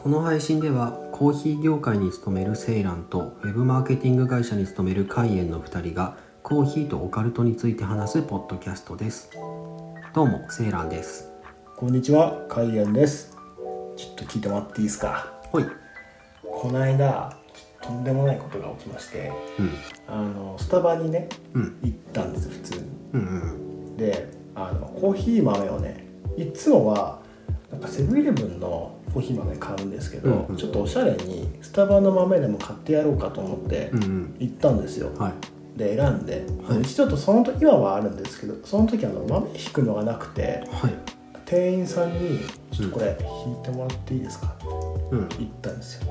この配信ではコーヒー業界に勤めるセイランとウェブマーケティング会社に勤めるカイエンの2人がコーヒーとオカルトについて話すポッドキャストですどうもセイランですこんにちは、カイエンです。ちょっと聞いてもらっていいですか。ほいこの間、とんでもないことが起きまして、うんあのスタバにね、うん行ったんですよ、普通に。うんうんで、あのコーヒー豆をね、いつもはなんかセブンイレブンのコーヒー豆買うんですけど、うんうんちょっとおしゃれにスタバの豆でも買ってやろうかと思ってうんうん行ったんですよ。はいで選んで、はいうちちょっとその時今はあるんですけど、その時あの豆引くのがなくて。はい店員さんに「ちょっとこれ引いてもらっていいですか?」ってうん言ったんですよ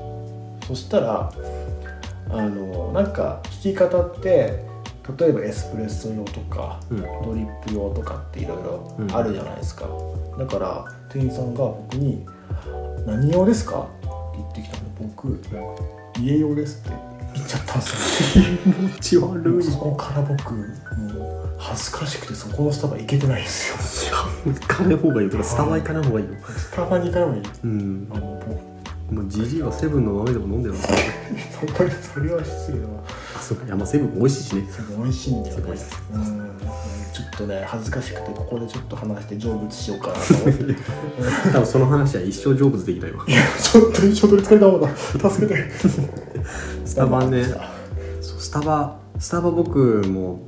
そしたらあのなんか引き方って例えばエスプレッソ用とかうんドリップ用とかっていろいろあるじゃないですか、だから店員さんが僕に「何用ですか?」って言ってきたんで僕「家用です」って言っちゃったんですよ気持ち悪いそこから僕もう恥ずかしくてそこのスタバ行けてないんですよ 行かない方がいいとかスタバ行かない方がいいよスタバに行かない方がいいうんあもう僕もうジジイはセブンの豆でも飲んでるんですよそこにそれは失礼だわあそうかいやまあセブン美味しいしねでも美味しいんだよ美ね味しいうんちょっとね恥ずかしくてここでちょっと話して成仏しようかなと思ってい多分その話は一生成仏できないわやちょっと一生取りつかれたもんだ助けて スタバねあそうスタバスタバ僕も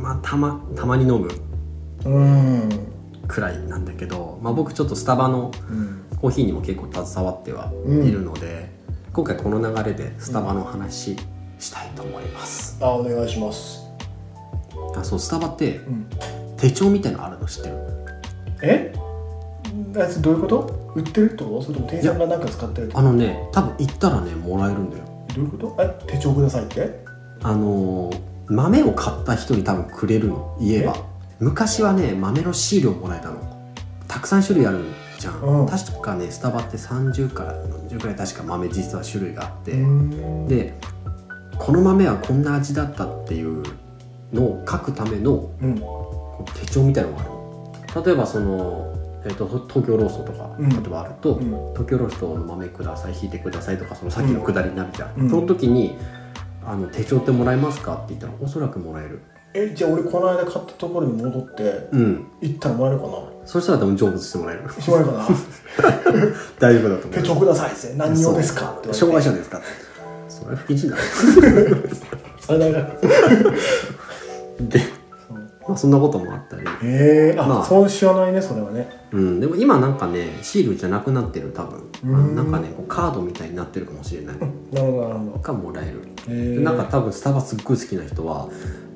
まあたまたまに飲むうんくらいなんだけど、まあ、僕ちょっとスタバのうんコーヒーにも結構携わってはいるので、今回この流れでスタバの話したいと思います、あお願いします、あそうスタバってうん、手帳みたいなのあるの知ってるえあいつどういうこと売ってるってことそれとも店員さんが何か使ってるってこあのね多分行ったらねもらえるんだよとどういうことえ手帳くださいってあのー豆を買った人に多分くれるの言えば昔はね豆のシールをもらえたのたくさん種類あるじゃん、うん確かねスタバって30から40くらい確か豆実は種類があって、うんでこの豆はこんな味だったっていうのを書くためのうんこう手帳みたいなのがあるの例えばその、えっとと東京ローストとか、うん例えばあると、うん東京ローストの豆ください引いてくださいとかそのさっきのくだりになるじゃん、うんその時にあの手帳ってもらえますかって言ったらおそらくもらえるえじゃあ俺この間買ったところに戻ってうん行ったらもらえるかなそしたら多分成仏してもらえるしまえるかな大丈夫だと思う手帳くださいですね何用ですかって障言わ害れて者ですかそれは不謹慎だろそれだけだで、まあ、そんなこともあったりへえあ、まあそう知らないねそれはねうん、でも今なんかねシールじゃなくなってる多分あうんのなんかねこうカードみたいになってるかもしれないなるほどなるほがもらえる、どへえなんか多分スタバすっごい好きな人は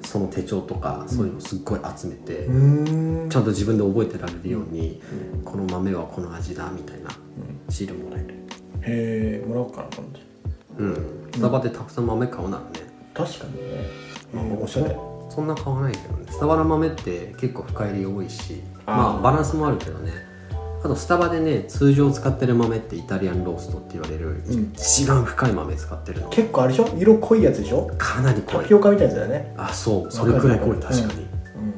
その手帳とかそういうのすっごい集めて、うーんちゃんと自分で覚えてられるように、うこの豆はこの味だみたいなシールもらえるへえもらおうかな今度うんスタバでたくさん豆買うならね、確かにねへまあえ僕おしゃれそんな買わないけどねスタバの豆って結構深入り多いしあーまあバランスもあるけどねあとスタバでね通常使ってる豆ってイタリアンローストって言われるん一番深い豆使ってるの、結構あれでしょ色濃いやつでしょかなりタ濃いピオカみたいなやつだよねあそうそれくらい濃いわかる確かに、うん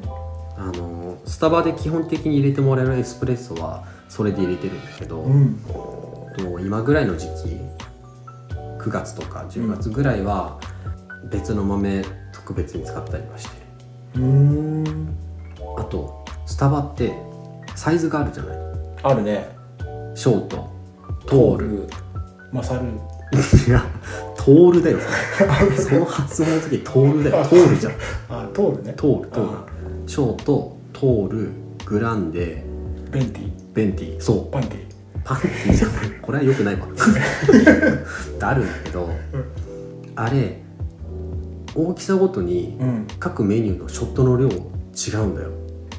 あのースタバで基本的に入れてもらえるエスプレッソはそれで入れてるんだけど、うんと今ぐらいの時期9月とか10月ぐらいは別の豆特別に使ったりはしてるうーんあとスタバってサイズがあるじゃないあるねショートトールルマサルいやトールだよそれその発音の時トールだよトールじゃんあトールねトールトールショートトールグランデベンティベンティそうパンティパンティじゃないこれは良くないわあるんだけどんあれ大きさごとにうん各メニューのショットの量違うんだよ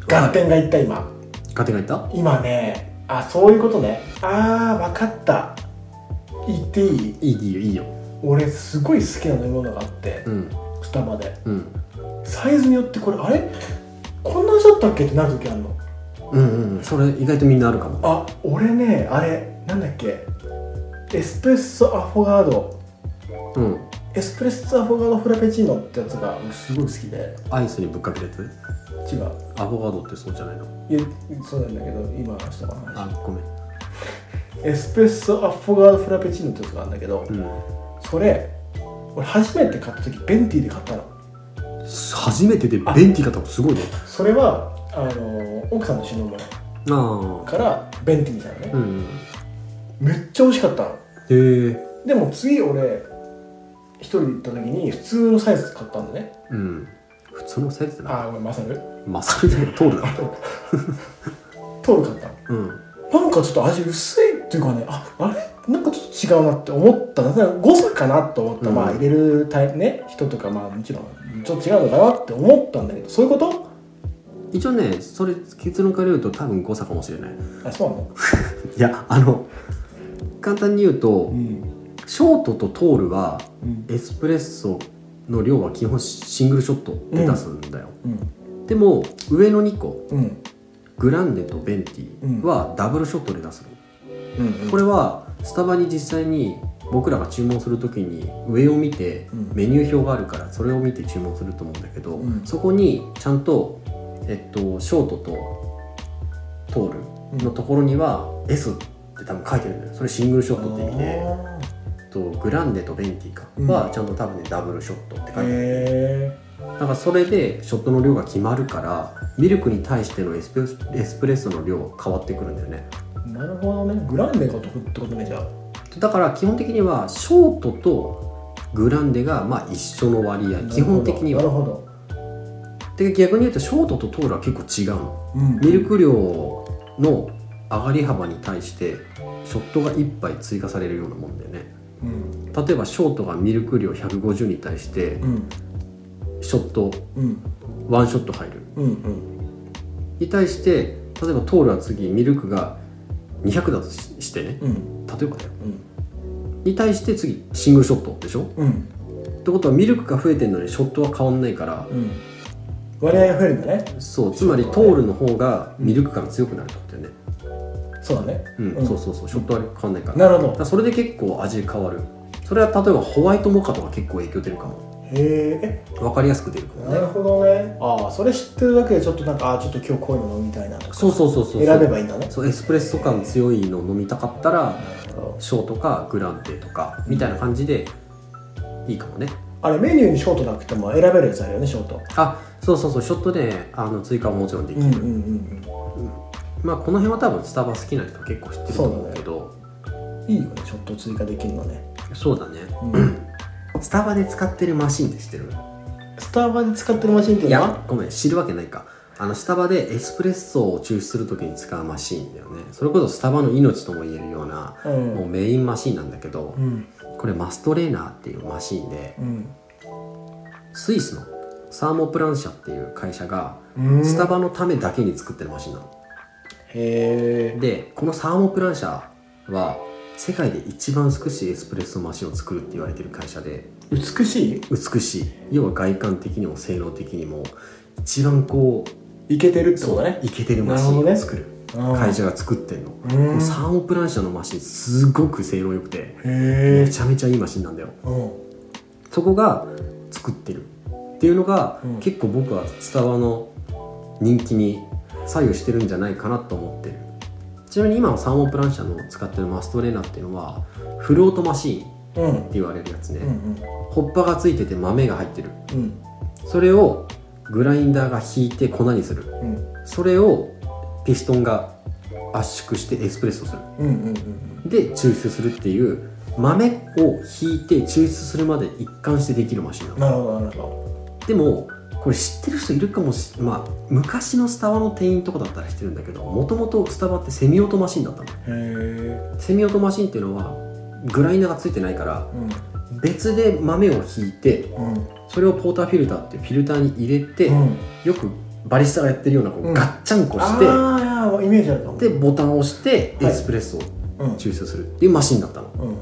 ガッテンがいった今ガテンが言った今ねあそういうことねあー分かった言っていいいいよいいよ俺すごい好きな飲み物があって、うんスタバでうんサイズによってこれあれこんな味だったっけってなる時あるのうんうんそれ意外とみんなあるかもあ俺ねあれなんだっけエスプレッソアフォガードうんエスプレッソアフォガードフラペチーノってやつが俺すごい好きでアイスにぶっかけるやつ違うアボカドってそうじゃないのいやそうなんだけど今の人の話あごめんエスプレッソアフォガードフラペチーノってやつがあるんだけど、うん、それ俺初めて買った時ベンティで買ったの初めてでベンティ買ったのすごいねそれはあの奥さんの死ぬ前ああからベンティみたいなね、うんめっちゃ美味しかったのへえでも次俺一人で行った時に普通のサイズ買ったんだねうん普通のサイズだなああごめんマサルマサルじゃない通るなトール買ったのうんなんかちょっと味薄いっていうかねああれなんかちょっと違うなって思ったななんか誤差かなと思った、うんまあ入れるタイプね人とかまあもちろんちょっと違うのかなって思ったんだけどそういうこと一応ねそれ結論から言うと多分誤差かもしれないあそうなのいやあの簡単に言うと、んショートとトールはうんエスプレッソの量は基本シングルショットで出すんだよ、うんでも上の2個うんグランデとベンティはダブルショットで出すの、うんこれはスタバに実際に僕らが注文する時に上を見てうんメニュー表があるからそれを見て注文すると思うんだけど、うんそこにちゃんと、えっと、ショートとトールのところには S って多分書いてるんだよそれシングルショットって意味で、えっと、グランデとベンティかうんはちゃんと多分ねダブルショットって書いてる、へだからそれでショットの量が決まるからミルクに対してのエスプエスプレッソの量変わってくるんだよねえなるほどねグランデが得ってことねじゃあだから基本的にはショートとグランデがまあ一緒の割合基本的になるはほどで逆に言うとショートとトールは結構違うのうんミルク量の上がり幅に対してショットが1杯追加されるようなもんだよねうん例えばショートがミルク量150に対してうんショットうんワンショット入るうんうんに対して例えばトールは次ミルクが200だとししてねうん例えばだようんに対して次シングルショットでしょうんってことはミルクが増えてるのにショットは変わんないからうん割合が増えるんだねそうつまりトールの方がミルク感強くなるってことだよねそうだねうん、うんそうそうそうショットは変わんないからだなるほどからそれで結構味変わるそれは例えばホワイトモカとか結構影響出るかもへえ分かりやすく出るかもなるねほどねああそれ知ってるだけでちょっとなんかああちょっと今日こういうの飲みたいなとかそうそうそうそう選べばいいんだねそうエスプレッソ感強いの飲みたかったらなるほどショートかグランデとかみたいな感じでいいかもねあれメニューにショートなくても選べるやつあるよねショートあそうそうそうショットであの追加はもちろんできうる、んうんうんまあこの辺は多分スタバ好きな人は結構知ってると思うけどうんいいよねショット追加できるのね、そうだねうん、スタバで使ってるマシンって知ってるスタバで使ってるマシンっていいうのはやごめん知るわけないかあのスタバでエスプレッソを抽出する時に使うマシーンだよねそれこそスタバの命とも言えるようなうもうんメインマシーンなんだけどうんこれマストレーナーっていうマシーンでうんスイスのサーモプラン社っていう会社がうんスタバのためだけに作ってるマシンなのへえでこのサーモプラン社は世界で一番美しいエスプレッソマシンを作るって言われてる会社で美しい美しい要は外観的にも性能的にも一番こういけてるってことねイケてるマシンを作る会社が作ってんの、うんサーモプラン社のマシンすごく性能良くてへめえちゃめちゃいいマシンなんだようんそこが作ってるっていうのが、うん結構僕はスタバの人気に左右してるんじゃないかなと思ってるちなみに今のサーモプラン社の使ってるマストレーナーっていうのはフルオートマシーンってうん言われるやつね、うんうんホッパがついてて豆が入ってるうんそれをグラインダーが引いて粉にするうんそれをピストンが圧縮してエスプレッソするうんうんうんで抽出するっていう豆を引いて抽出するまで一貫してできるマシンなのなるほどなるほでもこれ知ってる人いるかもしまあ昔のスタバの店員とかだったら知ってるんだけどもともとスタバってセミオートマシンだったのどへえセミオートマシンっていうのはグラインダーがついてないからうん別で豆を引いてうんそれをポーターフィルターっていうフィルターに入れて、うんよくバリスタがやってるようなこうんうガッチャンコして、ああイメージあるかもでボタンを押してはエいスプレッソをうん抽出するっていうマシンだったのう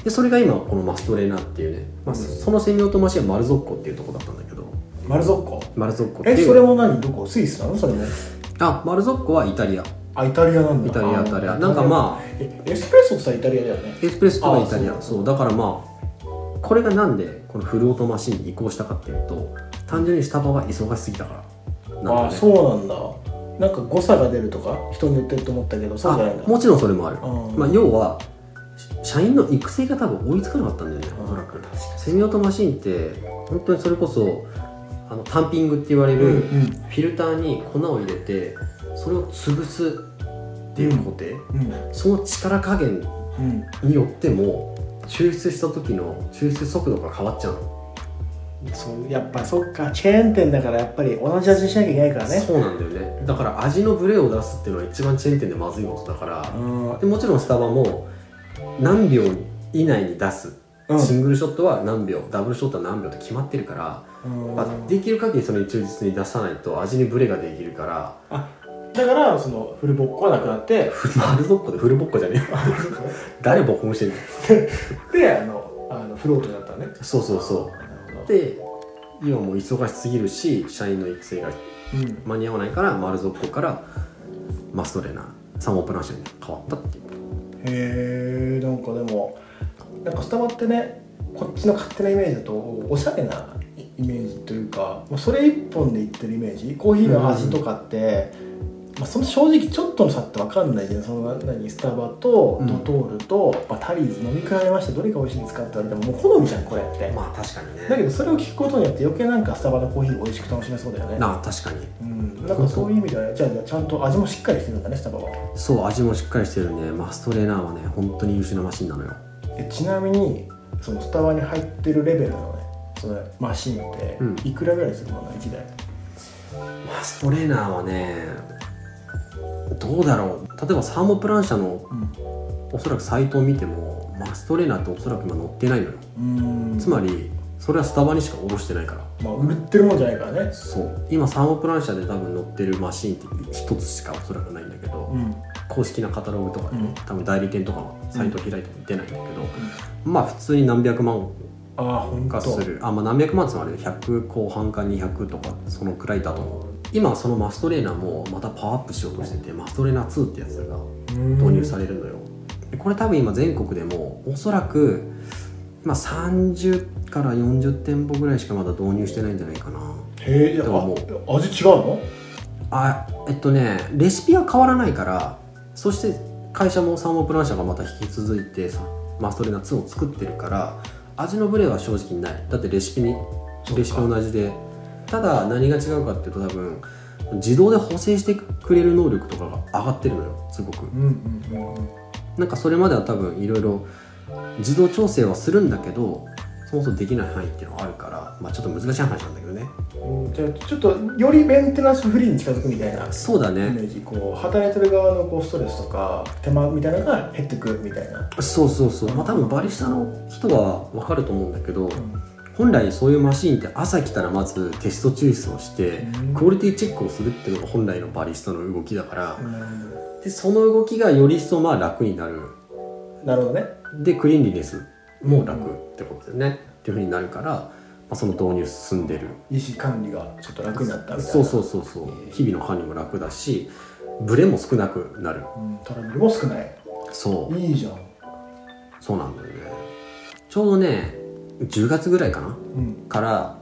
んでそれが今このマストレーナーっていうね、まあ、うんそのセミオートマシンはマルゾッコっていうとこだったんだけど丸底っこマルゾッコってえいうそれも何どこスイスなのそれもあマルゾッコはイタリアあイタリアなんだイタリアイタリアあなんかまあえエスプレッソってさイタリアだよねエスプレッソとかイタリアあそそうだからまあこれがなんでこのフルオートマシンに移行したかっていうと単純にスタバが忙しすぎたからなんだあねそうなんだなんか誤差が出るとか人に言ってると思ったけどそうじゃないんだあもちろんそれもある、うんまあ、要は社員の育成が多分追いつかなかったんだよねおそらく確かにセミオートマシンって本当にそれこそあのタンピングって言われうんうるんフィルターに粉を入れてそれを潰すっていう工程、うんその力加減うんによっても抽出した時の抽出速度が変わっちゃうの、そうやっぱそっかチェーン店だからやっぱり同じ味にしなきゃいけないからねそうなんだよねだから味のブレを出すっていうのは一番チェーン店でまずいことだからうんでもちろんスタバも何秒以内に出すうシんングルショットは何秒ダブルショットは何秒って決まってるから、うんまあ、できる限りそれに忠実に出さないと味にブレができるからだからそのフルボッコはなくなって フルボッコでフルボッコじゃねえよ 誰ボッコもしてるであのあのフロートだったねそうそうそなるうほどで今もう忙しすぎるし社員の育成がうん間に合わないから丸底からマストレーナーサモプランシェに変わったっていうへえなんかでもなんかスタバってねこっちの勝手なイメージだとおしゃれなイメージというかもうそれ一本でいってるイメージコーヒーの味とかって、まあ、その正直ちょっとの差って分かんないじゃんその何スタバとうんドトールと、バタリーズ飲み比べましてどれが美味しいですかって言われてももう好みじゃんこれって、まあ確かにねだけどそれを聞くことによって余計なんかスタバのコーヒー美味しく楽しめそうだよねなあ確かにうん、なんかそういう意味ではじゃあじゃあちゃんと味もしっかりしてるんだねスタバはそう味もしっかりしてるんでマストレーナーはね本当に優秀なマシンなのよえちなみにそのスタバに入ってるレベルのねそのマシンってうんいくらぐらいするのかな1台マストレーナーはねどうだろう例えばサーモプラン社のおそらくサイトを見てもマストレーナーっておそらく今載ってないのようんつまりそれはスタバにしか卸してないからまあ売ってるもんじゃないからねそう今サーモプラン社で多分載ってるマシンって一つしかおそらくないんだけど、ん公式なカタログとかでね、うん多分代理店とかのサイト開いても出ないんだけど、まあ普通に何百万ああほんかとするあまあ何百万つまり100後半か200とかそのくらいだと思う今そのマストレーナーもまたパワーアップしようとしててマストレーナー2ってやつが導入されれるのよでこれ多分今全国でもおそらく今30から40店舗ぐらいしかまだ導入してないんじゃないかなへえいやでももあ味違うのあえっとねレシピは変わらないからそして会社もサーモプラン社がまた引き続いてさマストレーナー2を作ってるから味のブレは正直ないだってレシピにそうかレシピ同じでただ何が違うかっていうと多分自動で補正してくれる能力とかが上がってるのよすごくうんうんうんなんかそれまでは多分いろいろ自動調整はするんだけどそもそもできない範囲っていうのがあるから、まあ、ちょっと難しい話なんだけどねうんじゃあちょっとよりメンテナンスフリーに近づくみたいなそうだイねメージこう働いてる側のこうストレスとか手間みたいなのが減ってくみたいな、そうそうそうまあ多分バリスタの人は分かると思うんだけど本来そういうマシーンって朝来たらまずテスト抽出をしてうんクオリティチェックをするっていうのが本来のバリスタの動きだからなるほどでその動きがより一層まあ楽になるなるほどねでクリーンリネスも楽ってことだよね、っていうふうになるから、まあ、その導入進んでる意思管理がちょっと楽になったみたいなそうそうそうそう日々の管理も楽だしブレも少なくなるうん、トラブルも少ないそういいじゃん、そうなんだよねちょうどね10月ぐらいかなうんから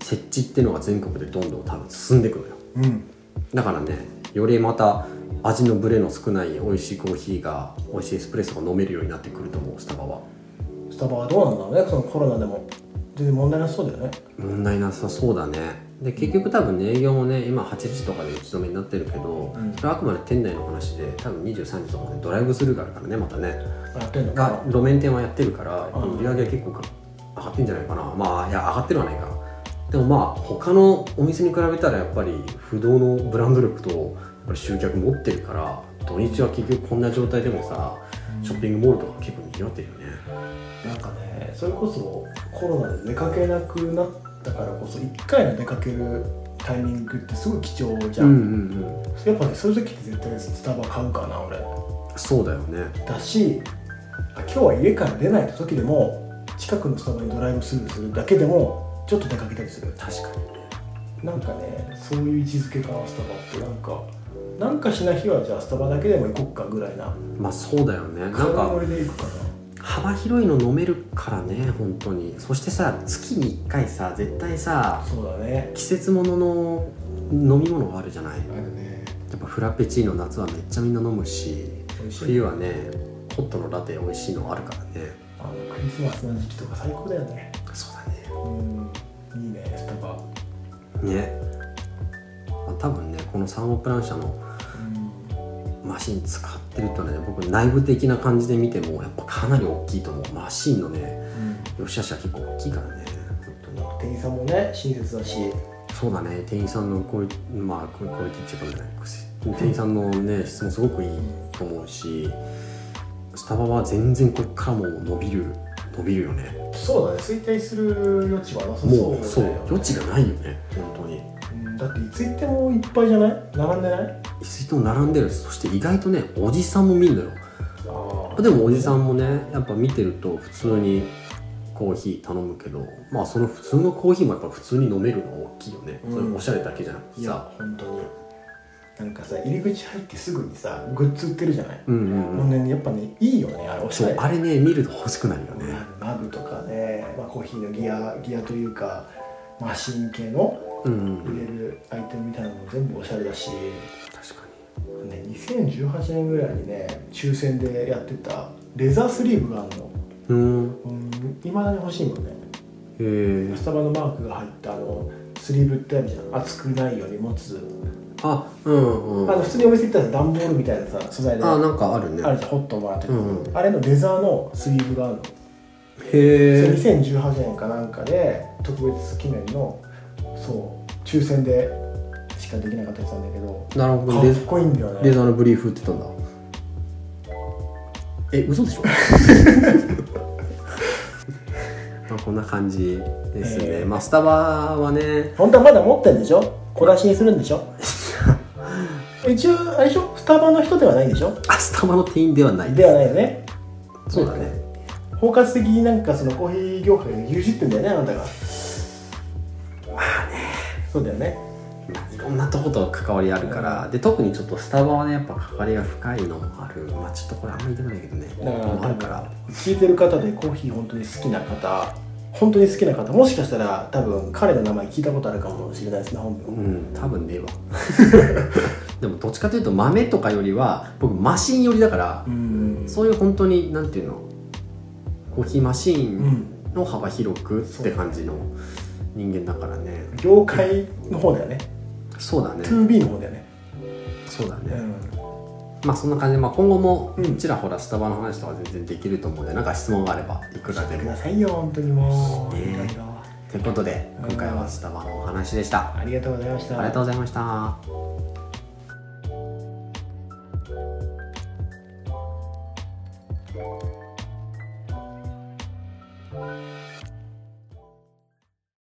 設置っていうのが全国でどんどん多分進んでいくのようん、だからねよりまた味のブレの少ない美味しいコーヒーが美味しいエスプレッソが飲めるようになってくると思うスタバはスタバはどうなんだろうねそのコロナでも全然問題なさそうだよね問題なさそうだねで結局多分ね営業もね今8時とかで打ち止めになってるけど、うんそれはあくまで店内の話で多分23時とかねドライブスルーがあるからねまたねやってんのがか路面店はやってるからうん売り上げは結構か上がってんじゃないかなまあいや上がってるはないかでもまあ他のお店に比べたらやっぱり不動のブランド力とやっぱり集客持ってるから土日は結局こんな状態でもさショッピングモールとか結構にぎわってるよねなんかねそれこそコロナで出かけなくなったからこそ1回の出かけるタイミングってすごい貴重じゃん、うんやっぱねそういう時って絶対スタバ買うかな俺そうだよねだしあ今日は家から出ないって時でも近くのスタバにドライブスルーするだけでもちょっと出かけたりする確かにねなんかねそういう位置づけかなスタバってなんかなんかしない日はじゃあスタバだけでも行こっかぐらいなまあそうだよねなん軽いノかリで行くかな流幅広いの飲めるからね本当にそしてさ月に1回さ絶対さそうだね季節物の飲み物があるじゃないあるねやっぱフラペチーノ夏はめっちゃみんな飲むし美味しい冬はねホットのラテ美味しいのあるからねあのクリスマスの時期とか最高だよねそううんいいねスタバだねね、まあ、多分ねこのサーモプラン社のうんマシン使ってるとね僕内部的な感じで見てもやっぱかなり大きいと思うマシンのねよしあしは結構大きいからね本当に店員さんもね親切だしそうだね店員さんのクオリまあクオリティっていうか ね店員さんのね質もすごくいいと思うしスタバは全然これからも伸びる伸びるよねそうだね衰退する余地はなさそうだよもねうそう余地がないよね本当にうんだっていつ行ってもいっぱいじゃない並んでない椅子と並んでるそして意外とねおじさんも見るのよあでもおじさんもねやっぱ見てると普通にコーヒー頼むけどまあその普通のコーヒーもやっぱ普通に飲めるの大きいよね、うんそれおしゃれだけじゃなくいてさや本当になんかさ入り口入ってすぐにさグッズ売ってるじゃない、うんうんもううんねやっぱねいいよねあれおしそゃうれあれね見ると欲しくなるよねマグとかね、まあ、コーヒーのギアギアというかマシン系のうん、う売れん、るアイテムみたいなのも全部おしゃれだし、確かね、2018年ぐらいにね抽選でやってたレザースリーブがあるのにうんうんいまだに欲しいもんねへえスタバのマークが入ったあのスリーブってあるじゃん熱くないように持つ、あうんうんあの普通にお店行ったら段ボールみたいなさ素材でああなんかあるねるじゃんホットもらってくる、うんうんあれのレザーのスリーブがあるのそれへえ2018年かなんかで特別記念のそう抽選でしかできなかったやつなんだけどなるほどかレっこいいんだよレねザーのブリーフ売ってたんだえ嘘 でしょまあこんな感じですね、えーまあスタバはね本当はまだ持ってんでしょ小出しにするん でしょ一応あれでしょスタバの人ではないんでしょあスタバの店員ではないではないよねそうだね包括的になんかそのコーヒー業界が牛耳ってんだよねあなたがまあねそうだよねまあいろんなとこと関わりあるから、で特にちょっとスタバはねやっぱ関わりが深いのもあるまあちょっとこれあんまり言いたくないけどねだからもあるから聞いてる方でコーヒー本当に好きな方本当に好きな方もしかしたら多分彼の名前聞いたことあるかもしれないですね本う名ん多分ねえわ でもどっちかというと豆とかよりは僕マシン寄りだからうんそういう本当になんていうのコーヒーマシーうンんの幅広くって感じの人間だからね業界の方だよねそうだね 2B の方だよねそうだうねんまあそんな感じで、まあ、今後もうんちらほらスタバの話とか全然できると思うんでなんか質問があればいくらでくもださいよ本当にもう、ねえいろいろということで今回はスタバのお話でしたありがとうございましあたりがとうございました